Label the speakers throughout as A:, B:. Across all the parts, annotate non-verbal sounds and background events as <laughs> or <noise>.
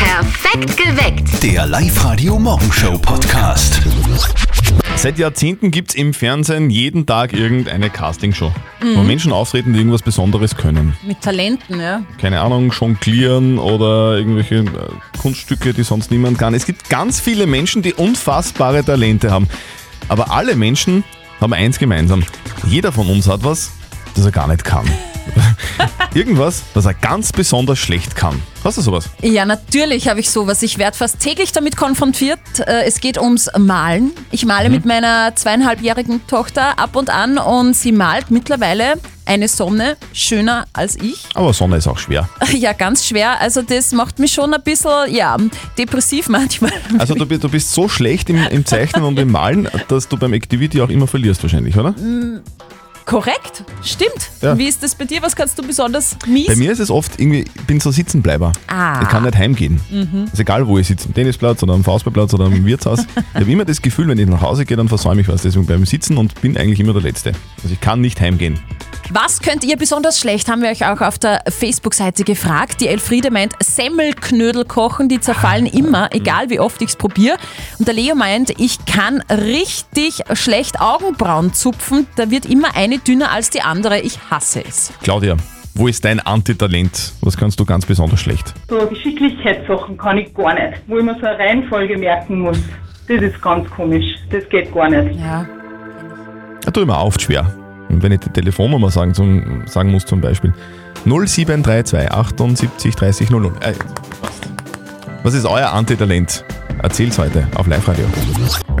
A: Perfekt geweckt.
B: Der Live-Radio Morgenshow Podcast.
C: Seit Jahrzehnten gibt es im Fernsehen jeden Tag irgendeine Castingshow, wo Menschen auftreten, die irgendwas Besonderes können.
D: Mit Talenten, ja.
C: Keine Ahnung, jonglieren oder irgendwelche äh, Kunststücke, die sonst niemand kann. Es gibt ganz viele Menschen, die unfassbare Talente haben. Aber alle Menschen haben eins gemeinsam. Jeder von uns hat was, das er gar nicht kann. Irgendwas, das er ganz besonders schlecht kann. Hast du sowas?
D: Ja, natürlich habe ich sowas. Ich werde fast täglich damit konfrontiert. Äh, Es geht ums Malen. Ich male
C: Mhm.
D: mit meiner zweieinhalbjährigen Tochter ab und an und sie malt mittlerweile eine Sonne schöner als ich. <laughs>
C: Aber Sonne ist auch schwer.
D: Ja, ganz schwer. Also das macht mich schon ein bisschen, ja, depressiv manchmal. <laughs>
C: Also du, bi- du bist so schlecht im, im Zeichnen und im Malen, dass du beim Activity auch immer verlierst wahrscheinlich, oder?
D: Korrekt, stimmt.
C: Ja.
D: Wie ist das bei dir? Was kannst du besonders mies?
C: Bei mir ist es oft irgendwie, ich bin so Sitzenbleiber.
D: Ah.
C: Ich kann nicht heimgehen. Ist egal, wo ich sitze, am Tennisplatz oder am Fußballplatz oder am Wirtshaus. ich habe immer das Gefühl, wenn ich nach Hause gehe, dann versäume ich was. Deswegen beim Sitzen und bin eigentlich immer der Letzte. Also ich kann nicht heimgehen.
D: Was könnt ihr besonders schlecht? Haben wir euch auch auf der Facebook-Seite gefragt. Die Elfriede meint, Semmelknödel kochen, die zerfallen
C: Ah.
D: immer, egal wie oft ich es probiere. Und der Leo meint, ich kann richtig schlecht Augenbrauen zupfen. Da wird immer eine dünner als die andere. Ich hasse es.
C: Claudia, wo ist dein Antitalent? Was kannst du ganz besonders schlecht?
E: So Geschicklichkeitssachen kann ich gar nicht, wo ich mir so eine Reihenfolge merken muss. Das ist ganz komisch. Das geht gar nicht.
D: Ja.
C: Ja, tu immer auf, schwer. Und wenn ich die Telefonnummer sagen, zum, sagen muss zum Beispiel. 0732 78 30 00. Äh, passt. was ist euer Antitalent? Erzähl's heute auf Live-Radio.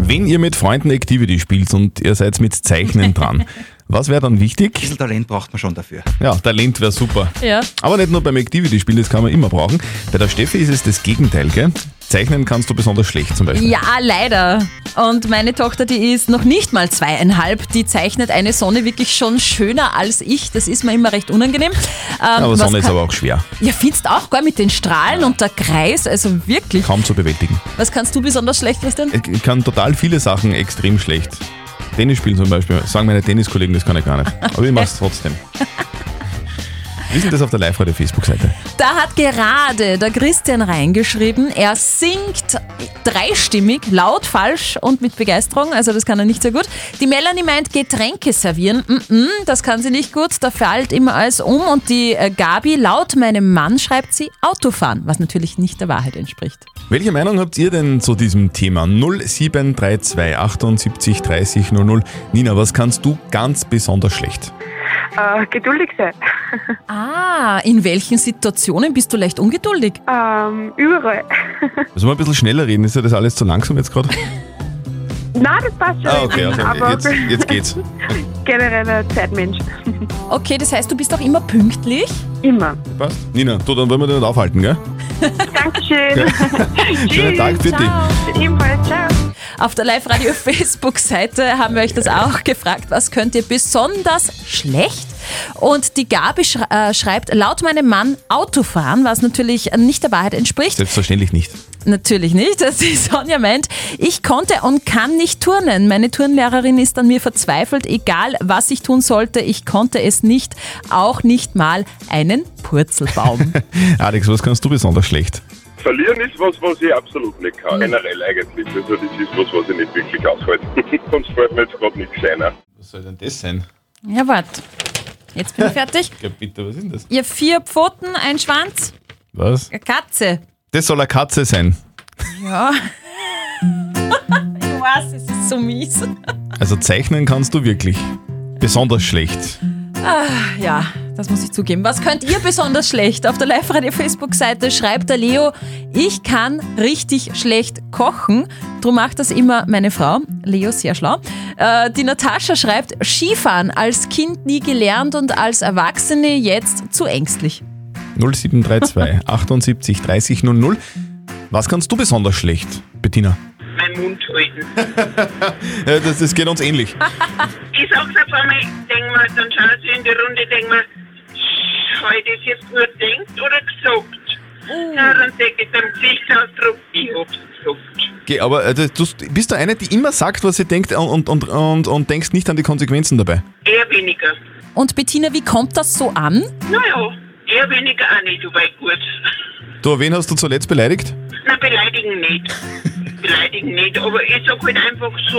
C: Wenn ihr mit Freunden Activity spielt und ihr seid mit
D: <laughs>
C: Zeichnen dran, was wäre dann wichtig?
F: bisschen Talent braucht man schon dafür.
C: Ja, Talent wäre super.
D: Ja.
C: Aber nicht nur beim Activity-Spiel, das kann man immer brauchen. Bei der Steffi ist es das Gegenteil, gell? Zeichnen kannst du besonders schlecht zum Beispiel.
D: Ja, leider. Und meine Tochter, die ist noch nicht mal zweieinhalb, die zeichnet eine Sonne wirklich schon schöner als ich. Das ist mir immer recht unangenehm. Ähm,
C: aber
D: was
C: Sonne ist
D: kann-
C: aber auch schwer,
D: Ja, findest auch, gell, mit den Strahlen und der Kreis, also wirklich.
C: kaum zu bewältigen.
D: Was kannst du besonders schlecht, Christian?
C: Ich kann total viele Sachen extrem schlecht. Tennis spielen zum Beispiel. Sagen meine Tenniskollegen, das kann ich gar nicht. Aber ich mache es trotzdem. Wir sind das auf der Live-Radio-Facebook-Seite.
D: Da hat gerade der Christian reingeschrieben, er singt dreistimmig, laut, falsch und mit Begeisterung, also das kann er nicht so gut. Die Melanie meint, Getränke servieren, mm -mm, das kann sie nicht gut, da fällt immer alles um. Und die äh, Gabi, laut meinem Mann, schreibt sie Autofahren, was natürlich nicht der Wahrheit entspricht.
C: Welche Meinung habt ihr denn zu diesem Thema? 0732 78 30 00. Nina, was kannst du ganz besonders schlecht?
G: Äh, geduldig sein. <laughs>
D: Ah, in welchen Situationen bist du leicht ungeduldig?
G: Ähm, überall.
C: Müssen wir ein bisschen schneller reden? Ist ja das alles zu langsam jetzt gerade?
G: Nein, das passt schon.
C: Ah, okay, also
G: aber
C: jetzt, jetzt geht's.
G: <laughs> generell ein Zeitmensch.
D: Okay, das heißt, du bist auch immer pünktlich?
G: Immer.
C: Passt? Nina, du, dann wollen wir dich nicht aufhalten, gell?
G: <laughs> Dankeschön.
C: Schönen Tag für dich.
G: Ebenfalls. Ciao.
D: Auf der Live-Radio <laughs> Facebook-Seite haben wir euch das auch gefragt. Was könnt ihr besonders schlecht? Und die Gabi schre- äh, schreibt, laut meinem Mann Autofahren, was natürlich nicht der Wahrheit entspricht.
C: Selbstverständlich nicht. <laughs>
D: Natürlich nicht, dass die Sonja meint, ich konnte und kann nicht turnen. Meine Turnlehrerin ist an mir verzweifelt, egal was ich tun sollte, ich konnte es nicht, auch nicht mal einen Purzelbaum.
C: Alex, was kannst du besonders schlecht?
H: Verlieren ist was, was ich absolut nicht kann.
I: Mhm.
H: Generell eigentlich. Also das ist was, was ich nicht wirklich aushalte. <laughs> Sonst fällt mir jetzt gerade nichts ein.
C: Was soll denn das sein?
D: ja, warte. Jetzt bin ich fertig.
C: Ja, bitte, was ist denn das?
D: Ihr vier Pfoten, ein Schwanz,
C: Was?
D: eine Katze.
C: Das soll eine Katze sein.
D: Ja. ich weiß, es ist so mies.
C: Also zeichnen kannst du wirklich. Besonders schlecht.
D: Ja, das muss ich zugeben. Was könnt ihr besonders schlecht? Auf der Live-Radio-Facebook-Seite schreibt der Leo, ich kann richtig schlecht kochen. Drum macht das immer meine Frau. Leo, sehr schlau. Äh, die Natascha schreibt, Skifahren als Kind nie gelernt und als Erwachsene jetzt zu ängstlich.
C: 0732 78 30 00. Was kannst du besonders schlecht, Bettina?
I: meinen Mund
C: <laughs>
I: halten.
C: Äh, Das, das geht uns ähnlich.
I: Ich sag's auf einmal, denk mal, dann schauen sie in die Runde, denk mal, heute ist jetzt nur denkt oder gesagt. Na, dann denke ich dem Gesichtsausdruck, ich hab's gesagt.
C: Okay, aber äh, das- du bist du eine, die immer sagt, was sie denkt äh, und, und, und, und, und denkst nicht an die Konsequenzen dabei.
I: Eher weniger.
D: Und Bettina, wie kommt das so an?
I: Naja, eher weniger auch nicht, wobei gut.
C: Du, wen hast du zuletzt beleidigt?
I: Nein, beleidigen nicht. beleidigen nicht, aber ich sag halt einfach so,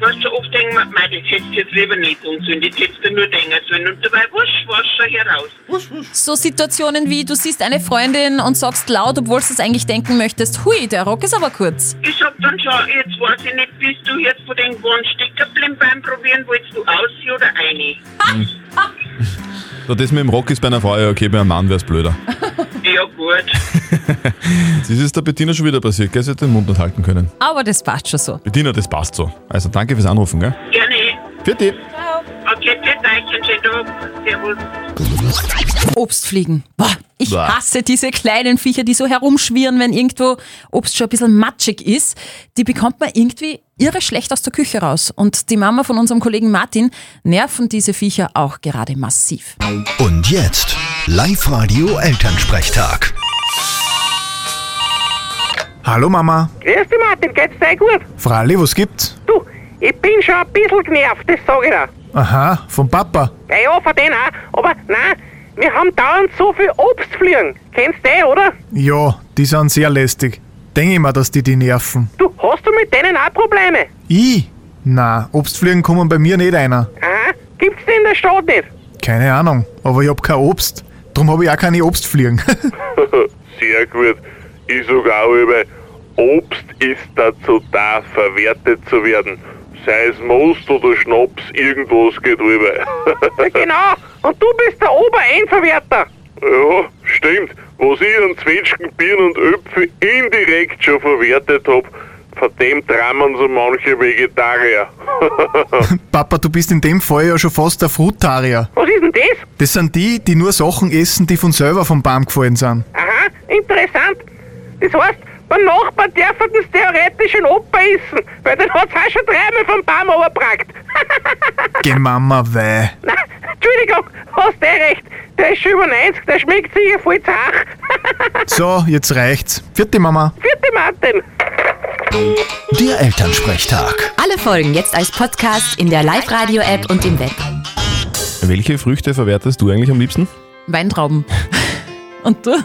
I: weißt du, oft denken wir, mei, das hättest du jetzt lieber nicht tun sollen, das hättest du nur denken sollen. Und dabei, wusch, war's schon heraus.
D: So Situationen wie, du siehst eine Freundin und sagst laut, obwohl du es eigentlich denken möchtest, hui, der Rock ist aber kurz.
I: Ich sag dann schon, jetzt weiß ich nicht, bist du jetzt von den Gewand Steckerblind beim Probieren, wolltest du ausziehen oder eine?
C: So, das mit dem Rock ist bei einer Frau ja okay, bei einem Mann wäre es blöder.
I: Ja, gut.
C: Das ist der Bettina schon wieder passiert, gell? Sie hat den Mund nicht halten können.
D: Aber das passt schon so.
C: Bettina, das passt so. Also danke fürs Anrufen, gell?
I: Gerne.
C: Vierte.
I: Okay, bitte, ich wünsche dir noch. Servus.
D: Obstfliegen. Boah, ich
C: Boah.
D: hasse diese kleinen Viecher, die so herumschwirren, wenn irgendwo Obst schon ein bisschen matschig ist. Die bekommt man irgendwie irre schlecht aus der Küche raus. Und die Mama von unserem Kollegen Martin nerven diese Viecher auch gerade massiv.
B: Und jetzt Live-Radio Elternsprechtag.
A: Hallo Mama.
F: Grüß dich, Martin, geht's dir gut?
A: Fralli, was gibt's?
F: Du, ich bin schon ein bisschen genervt, das sage ich dir.
A: Aha, vom Papa.
F: Ja, ja, von denen auch, aber nein, wir haben dauernd so viel Obstfliegen. Kennst du die, oder?
A: Ja, die sind sehr lästig. Denke ich mir, dass die die nerven.
F: Du, hast du mit denen auch Probleme?
A: I? Na, Obstfliegen kommen bei mir nicht einer.
F: Aha, gibt's die in der Stadt nicht?
A: Keine Ahnung, aber ich hab kein Obst. Drum hab ich auch keine Obstfliegen. <laughs>
H: Sehr gut. Ich sage auch immer, Obst ist dazu da, verwertet zu werden. Sei es Most oder Schnaps, irgendwas geht rüber.
C: <laughs>
F: Ja, genau, und du bist der Obereinverwerter.
H: Ja, stimmt. Was ich an Zwetschgen, Birnen und Äpfel indirekt schon verwertet hab, von dem träumen so manche Vegetarier.
A: Papa, du bist in dem Fall ja schon fast der Frutarier.
F: Was ist denn das?
A: Das sind die, die nur Sachen essen, die von selber vom Baum gefallen sind.
F: Aha, interessant. Das heißt, beim Nachbarn dürfen sie theoretisch einen Opa essen, weil den hat's auch schon dreimal vom Baum runtergebracht. <laughs>
A: Geh Mama, weh.
F: Nein, Entschuldigung, hast eh recht. Der ist schon über 90, der schmeckt sicher voll zach. <laughs>
A: So, jetzt reicht's. Vierte Mama.
F: Vierte Martin.
B: Der Elternsprechtag.
J: Alle Folgen jetzt als Podcast in der Live-Radio-App und im Web.
C: Welche Früchte verwertest du eigentlich am liebsten?
D: Weintrauben. <laughs> Und du?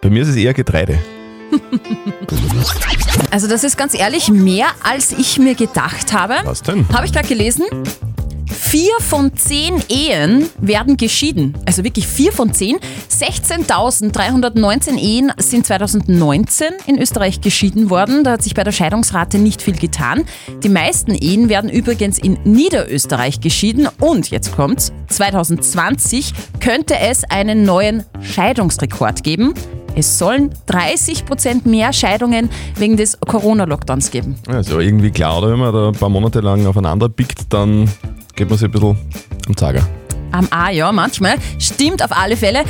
C: Bei mir ist es eher Getreide.
D: Also das ist ganz ehrlich mehr, als ich mir gedacht habe.
C: Was denn?
D: Habe ich gerade gelesen. Vier von zehn Ehen werden geschieden. Also wirklich vier von zehn. 16.319 Ehen sind 2019 in Österreich geschieden worden. Da hat sich bei der Scheidungsrate nicht viel getan. Die meisten Ehen werden übrigens in Niederösterreich geschieden. Und jetzt kommt's. 2020 könnte es einen neuen Scheidungsrekord geben. Es sollen 30% mehr Scheidungen wegen des Corona-Lockdowns geben.
C: Also irgendwie klar, oder? Wenn man da ein paar Monate lang aufeinander pickt, dann geht man sich ein bisschen am Zager.
D: Am A, ja, manchmal. Stimmt auf alle Fälle.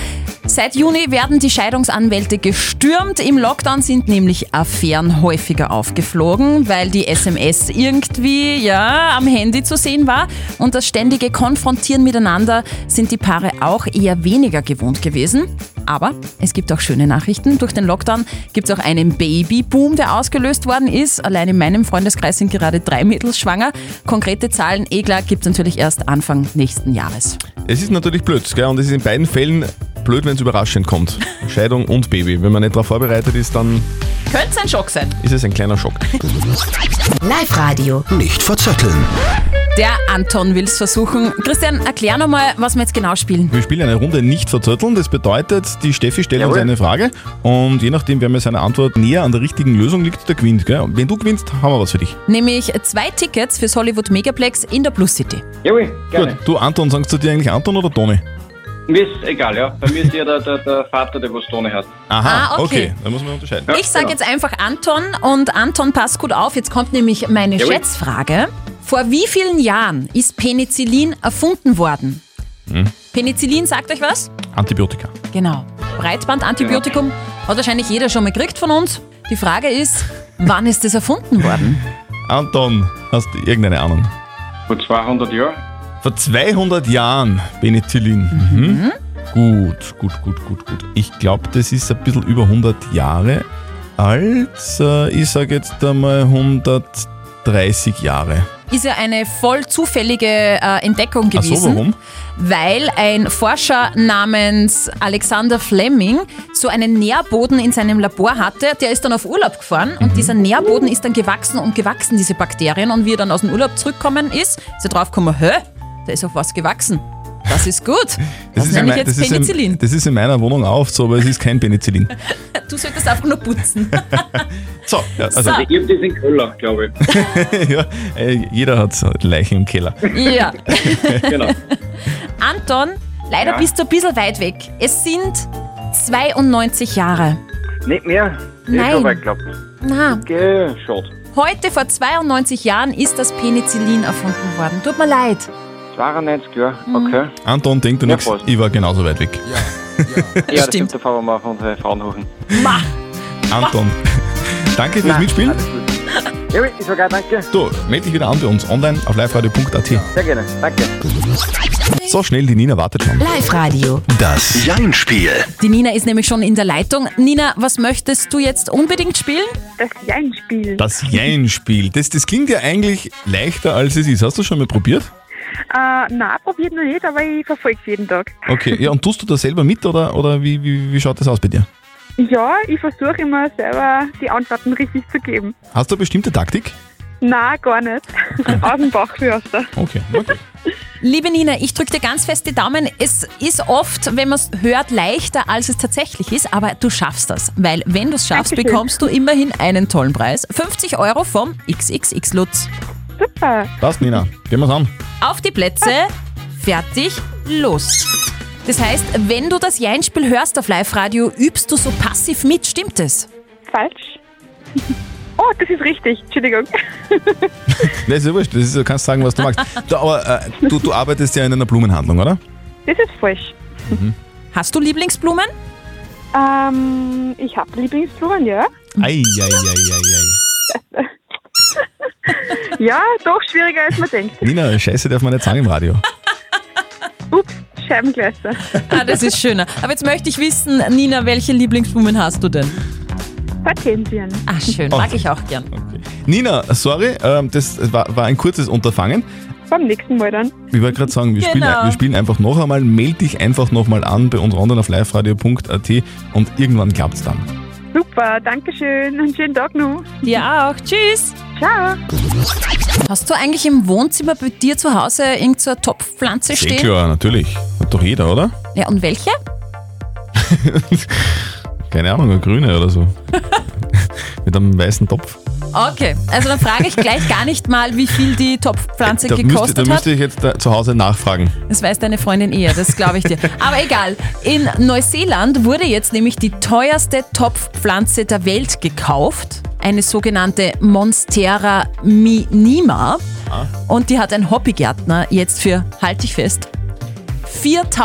D: Seit Juni werden die Scheidungsanwälte gestürmt. Im Lockdown sind nämlich Affären häufiger aufgeflogen, weil die SMS irgendwie ja, am Handy zu sehen war. Und das ständige Konfrontieren miteinander sind die Paare auch eher weniger gewohnt gewesen. Aber es gibt auch schöne Nachrichten. Durch den Lockdown gibt es auch einen Babyboom, der ausgelöst worden ist. Allein in meinem Freundeskreis sind gerade drei Mädels schwanger. Konkrete Zahlen, eh klar, gibt es natürlich erst Anfang nächsten Jahres.
C: Es ist natürlich blöd, gell? Und es ist in beiden Fällen blöd, wenn es überraschend kommt. Scheidung und Baby. Wenn man nicht darauf vorbereitet ist, dann
D: Könnte ein Schock sein.
C: ist es ein kleiner Schock.
J: Live-Radio.
B: Nicht verzetteln.
D: Der Anton will es versuchen. Christian, erklär nochmal, was wir jetzt genau spielen.
C: Wir spielen eine Runde nicht verzötteln. Das bedeutet, die Steffi stellt uns eine Frage und je nachdem, wer mir seine Antwort näher an der richtigen Lösung liegt, der gewinnt. Gell? Und wenn du gewinnst, haben wir was für dich.
D: Nämlich zwei Tickets fürs Hollywood Megaplex in der Plus City.
F: Jawohl,
C: Gut, du Anton, sagst du dir eigentlich Anton oder Toni?
F: Mir ist egal, ja. Bei mir ist ja der, der, der Vater, der was Tone hat.
C: Aha,
D: Ah, okay.
C: Da muss man unterscheiden.
D: ich sage jetzt einfach Anton und Anton, pass gut auf. Jetzt kommt nämlich meine
F: Jawohl.
D: Schätzfrage. Vor wie vielen Jahren ist Penicillin erfunden worden?
C: Hm?
D: Penicillin sagt euch was?
C: Antibiotika.
D: Genau. Breitbandantibiotikum hat wahrscheinlich jeder schon mal gekriegt von uns. Die Frage ist, wann ist das erfunden worden?
C: Anton, hast du irgendeine Ahnung?
F: Vor 200 Jahren.
C: Vor 200 Jahren Penicillin. Mhm. Gut, gut, gut, gut, gut. Ich glaube, das ist ein bisschen über 100 Jahre alt. Äh, Ich sage jetzt einmal 130 Jahre.
D: ist ja eine voll zufällige äh, Entdeckung
C: Ach so,
D: gewesen.
C: warum?
D: Weil ein Forscher namens Alexander Fleming so einen Nährboden in seinem Labor hatte. Der ist dann auf Urlaub gefahren
K: Mhm.
D: und dieser Nährboden ist dann gewachsen und gewachsen, diese Bakterien. Und wie er dann aus dem Urlaub zurückgekommen ist, ist er draufgekommen, hä, da ist auf was gewachsen. Das ist gut.
K: <laughs>
D: Das, ist
C: in
D: nämlich
C: mein-
D: jetzt
C: das Ist
D: Penicillin.
C: in, das ist in meiner Wohnung auf, so, aber es ist kein Penicillin.
D: du solltest einfach nur putzen.
C: So, ja, also,
D: So.
K: <laughs> Also ich hab das in Köln, glaube
C: <laughs>
K: ich.
C: ja, äh, jeder hat Leichen im Keller.
D: ja.
K: <laughs> genau.
D: <laughs> Anton, leider
K: Ja.
D: bist du ein bisschen weit weg. Es sind 92 Jahre.
K: Nicht mehr?
D: Nein.
K: Ich schon weit geglaubt.
D: Na,
K: Okay, schade.
D: heute vor 92 Jahren ist das Penicillin erfunden worden. Tut mir leid.
K: 92 Jahre, okay.
C: Anton, denk du
K: Ja,
C: nichts,
K: passt.
C: ich war genauso weit weg.
K: <laughs> Ja, das stimmt der Frau mal von unsere Frauenhochen.
D: Ma.
K: <laughs>
C: Anton, danke fürs
K: Nein,
C: Mitspielen.
K: Ja, ich sag auch danke.
C: Du, melde dich wieder an bei uns online auf liveradio.at.
K: Sehr gerne, danke.
C: So schnell, die Nina wartet schon.
D: Live Radio.
B: Das Jein-Spiel.
D: Die Nina ist nämlich schon in der Leitung. Nina, was möchtest du jetzt unbedingt spielen?
G: Das Jein-Spiel.
C: Das Jein-Spiel, das, das klingt ja eigentlich leichter als es ist. Hast du das schon mal probiert?
G: Äh, nein, probiert noch nicht, aber ich verfolge jeden Tag.
C: Okay, ja, und tust du da selber mit oder, oder wie, wie, wie schaut das aus bei dir?
G: Ja, ich versuche immer selber die Antworten richtig zu geben.
C: Hast du eine bestimmte Taktik?
G: Nein, gar nicht. <laughs> Aus dem Bauch hörst du.
C: Okay, okay.
D: Liebe Nina, ich drücke dir ganz fest die Daumen. Es ist oft, wenn man es hört, leichter, als es tatsächlich ist, aber du schaffst das. Weil wenn du es schaffst,
G: Dankeschön.
D: bekommst du immerhin einen tollen Preis. 50 Euro vom XXX Lutz.
G: Super.
C: Passt, Nina. Gehen wir's an.
D: Auf die Plätze, fertig, los. Das heißt, wenn du das Jein-Spiel hörst auf Live-Radio, übst du so passiv mit, stimmt es?
G: Falsch. <laughs> Oh, das ist richtig. Entschuldigung.
C: Nee, ist ja wurscht. Das ist, du kannst sagen, was du magst. Du, aber äh, du, du arbeitest ja in einer Blumenhandlung, oder?
K: Mhm.
G: Das ist falsch.
D: Hast
C: <laughs>
D: du Lieblingsblumen?
G: Ähm, ich habe Lieblingsblumen, ja.
C: Ei, ei, ei, ei,
G: Ja, doch schwieriger als man denkt.
C: ei. Nina, Scheiße darf man nicht sagen im Radio.
G: Ups, Scheibengleister.
D: Ah, das ist schöner. Aber jetzt möchte ich wissen, Nina, welche Lieblingsblumen hast du denn?
G: Hortensien.
D: Ah, schön,
C: oh.
D: mag ich auch gern.
C: Nina, sorry, ähm, das war, war ein kurzes Unterfangen.
G: Beim nächsten Mal dann.
C: Ich wollte gerade sagen, wir,
D: Genau.
C: spielen, wir spielen einfach noch einmal. Meld dich einfach nochmal an bei uns online auf liveradio.at und irgendwann klappt's dann.
G: Super, Dankeschön. Einen schönen Tag noch.
D: Dir auch, tschüss.
G: Ciao.
D: Hast du eigentlich im Wohnzimmer bei dir zu Hause irgendeine Topfpflanze
C: Eh
D: stehen?
C: klar, natürlich. Hat doch jeder, oder?
D: Ja, und welche?
C: Keine Ahnung, eine grüne oder
D: <laughs>
C: so. Mit einem weißen Topf.
D: Okay, also dann frage ich gleich gar nicht mal, wie viel die Topfpflanze
C: Da müsste, da
D: gekostet hat.
C: müsste ich jetzt da zu Hause nachfragen.
D: Das weiß deine Freundin eher, das glaube
C: <laughs>
D: ich dir. Aber egal, in Neuseeland wurde jetzt nämlich die teuerste Topfpflanze der Welt gekauft. Eine sogenannte Monstera minima.
C: Ah.
D: Und die hat ein Hobbygärtner jetzt für, halte ich fest,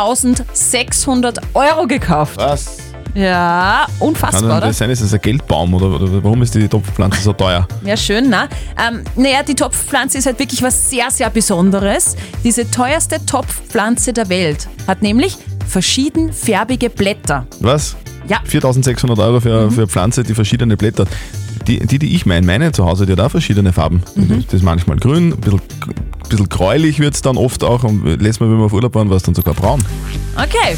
D: 4600 Euro gekauft.
C: Was?
D: Ja,
C: Kann
D: unfassbar,
C: denn
D: oder?
C: das sein? Ist das ein Geldbaum oder, oder warum ist die Topfpflanze so teuer?
D: Ja, schön, ne? Ähm, naja, die Topfpflanze ist halt wirklich was sehr, sehr Besonderes. Diese teuerste Topfpflanze der Welt hat nämlich verschiedenfärbige Blätter.
C: Was?
D: Ja.
C: 4600 Euro für, für eine Pflanze, die verschiedene Blätter. hat. Die, die, die ich meine, meine zu Hause, die hat auch verschiedene Farben. Das ist manchmal grün, ein bisschen, ein bisschen gräulich wird es dann oft auch. Und letztes Mal, wenn wir auf Urlaub waren, war es dann sogar braun.
D: Okay.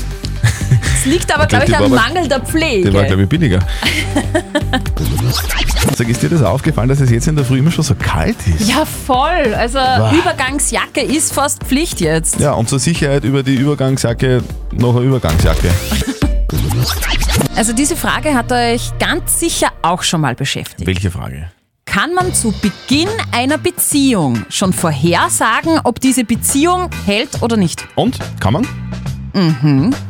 D: Es liegt
C: <laughs>
D: aber,
C: Okay,
D: glaube
C: die
D: ich, am
C: war aber-
D: Mangel der
C: Der war,
D: Pflege.
C: glaube ich, billiger. Sag, ist dir das aufgefallen, dass es jetzt in der Früh immer schon so kalt ist?
D: Ja, voll. Also Übergangsjacke ist fast Pflicht jetzt.
C: Ja, und zur Sicherheit über die Übergangsjacke noch eine Übergangsjacke.
D: Also diese Frage hat euch ganz sicher auch schon mal beschäftigt.
C: Welche Frage?
D: Kann man zu Beginn einer Beziehung schon vorhersagen, ob diese Beziehung hält oder nicht?
C: Und? Kann man?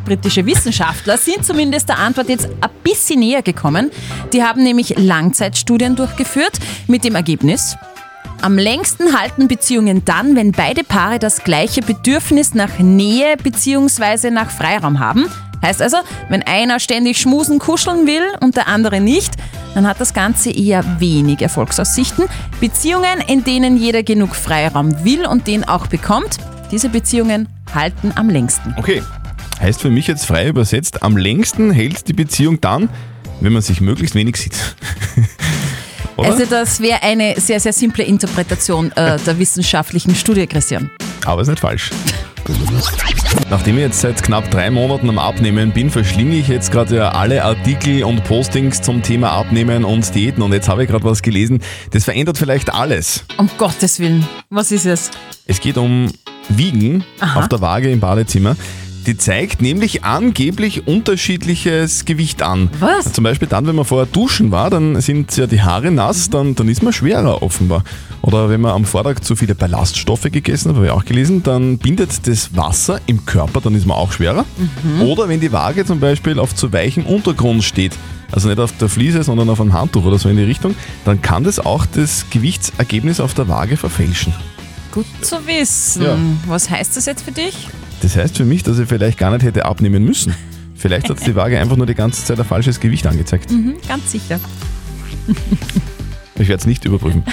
D: Britische Wissenschaftler sind zumindest der Antwort jetzt ein bisschen näher gekommen. Die haben nämlich Langzeitstudien durchgeführt mit dem Ergebnis, am längsten halten Beziehungen dann, wenn beide Paare das gleiche Bedürfnis nach Nähe bzw. nach Freiraum haben. Heißt also, wenn einer ständig schmusen, kuscheln will und der andere nicht, dann hat das Ganze eher wenig Erfolgsaussichten. Beziehungen, in denen jeder genug Freiraum will und den auch bekommt, diese Beziehungen halten am längsten.
C: Okay. Heißt für mich jetzt frei übersetzt, am längsten hält die Beziehung dann, wenn man sich möglichst wenig sieht. oder?
D: Also das wäre eine sehr, sehr simple Interpretation äh, der wissenschaftlichen Studie, Christian.
C: Aber ist nicht falsch. Nachdem ich jetzt seit knapp drei Monaten am Abnehmen bin, verschlinge ich jetzt gerade ja alle Artikel und Postings zum Thema Abnehmen und Diäten. Und jetzt habe ich gerade was gelesen, das verändert vielleicht alles.
D: Um Gottes Willen, was ist es?
C: Es geht um Wiegen
D: Aha.
C: auf der Waage im Badezimmer. Die zeigt nämlich angeblich unterschiedliches Gewicht an.
D: Was?
C: Zum Beispiel dann, wenn man vorher duschen war, dann sind ja die Haare nass, dann, dann ist man schwerer offenbar. Oder wenn man am Vortag zu viele Ballaststoffe gegessen hat, habe ich auch gelesen, dann bindet das Wasser im Körper, dann ist man auch schwerer.
D: Mhm.
C: Oder wenn die Waage zum Beispiel auf zu weichem Untergrund steht, also nicht auf der Fliese, sondern auf einem Handtuch oder so in die Richtung, dann kann das auch das Gewichtsergebnis auf der Waage verfälschen.
D: Gut zu wissen.
C: Ja.
D: Was heißt das jetzt für dich?
C: Das heißt für mich, dass ich vielleicht gar nicht hätte abnehmen müssen. Vielleicht hat die Waage einfach nur die ganze Zeit ein falsches Gewicht angezeigt.
D: Mhm, ganz sicher.
C: Ich werde es nicht überprüfen.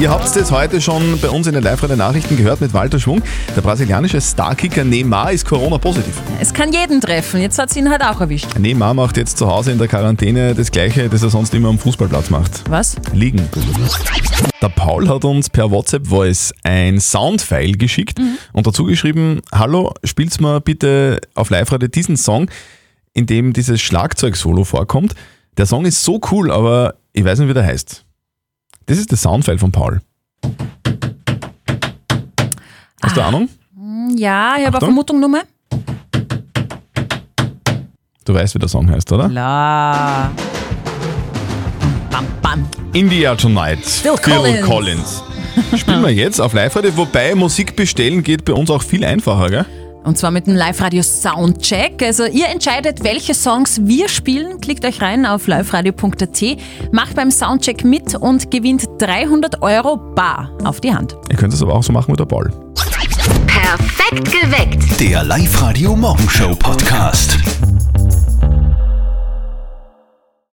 C: Ihr habt es jetzt heute schon bei uns in den live radio nachrichten gehört mit Walter Schwung. Der brasilianische Starkicker Neymar ist Corona-positiv.
D: Es kann jeden treffen. Jetzt hat sie ihn halt auch erwischt.
C: Neymar macht jetzt zu Hause in der Quarantäne das Gleiche, das er sonst immer am Fußballplatz macht.
D: Was?
C: Liegen. Der Paul hat uns per WhatsApp Voice ein Soundfile geschickt
D: Mhm.
C: und dazu geschrieben: Hallo, spielt's mal bitte auf Live-Radio diesen Song, in dem dieses Schlagzeug-Solo vorkommt. Der Song ist so cool, aber ich weiß nicht, wie der heißt. Das ist das Soundfile von Paul. Hast du Ahnung?
D: Hm, Ja, ich habe eine
C: Achtung.
D: Vermutung nur mal.
C: Du weißt, wie der Song heißt, oder?
D: La. Bam, bam.
C: India Tonight.
D: Phil Collins.
C: Collins. Spielen wir jetzt auf Live-Radio, wobei Musik bestellen geht bei uns auch viel einfacher, gell?
D: Und zwar mit dem Live-Radio-Soundcheck. Also ihr entscheidet, welche Songs wir spielen. Klickt euch rein auf liveradio.at, macht beim Soundcheck mit und gewinnt 300 Euro bar auf die Hand.
C: Ihr könnt es aber auch so machen wie der Paul.
J: Perfekt geweckt.
B: Der Live-Radio Morgenshow Podcast.